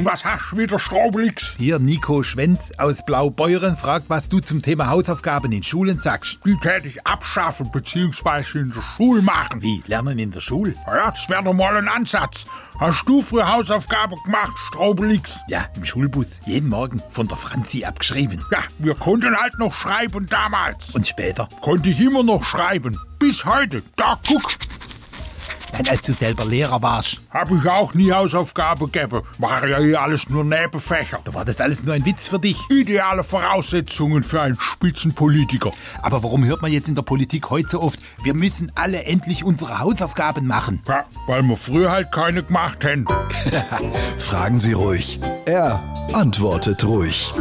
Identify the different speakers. Speaker 1: Was hast du wieder, Straublix?
Speaker 2: Hier Nico Schwenz aus Blaubeuren fragt, was du zum Thema Hausaufgaben in Schulen sagst.
Speaker 1: Die täte ich abschaffen, beziehungsweise in der Schule machen.
Speaker 2: Wie lernen in der Schule?
Speaker 1: Na Ja, das wäre doch mal ein Ansatz. Hast du früher Hausaufgaben gemacht, Straublix?
Speaker 2: Ja, im Schulbus. Jeden Morgen von der Franzi abgeschrieben.
Speaker 1: Ja, wir konnten halt noch schreiben damals.
Speaker 2: Und später,
Speaker 1: Konnte ich immer noch schreiben. Bis heute. Da, guck.
Speaker 2: dann als du selber Lehrer warst,
Speaker 1: Hab ich auch nie Hausaufgaben gegeben. War ja eh alles nur Nebenfächer.
Speaker 2: da war das alles nur ein Witz für dich.
Speaker 1: Ideale Voraussetzungen für einen Spitzenpolitiker.
Speaker 2: Aber warum hört man jetzt in der Politik heute so oft, wir müssen alle endlich unsere Hausaufgaben machen?
Speaker 1: Ja, weil wir früher halt keine gemacht hätten.
Speaker 3: Fragen Sie ruhig. Er antwortet ruhig.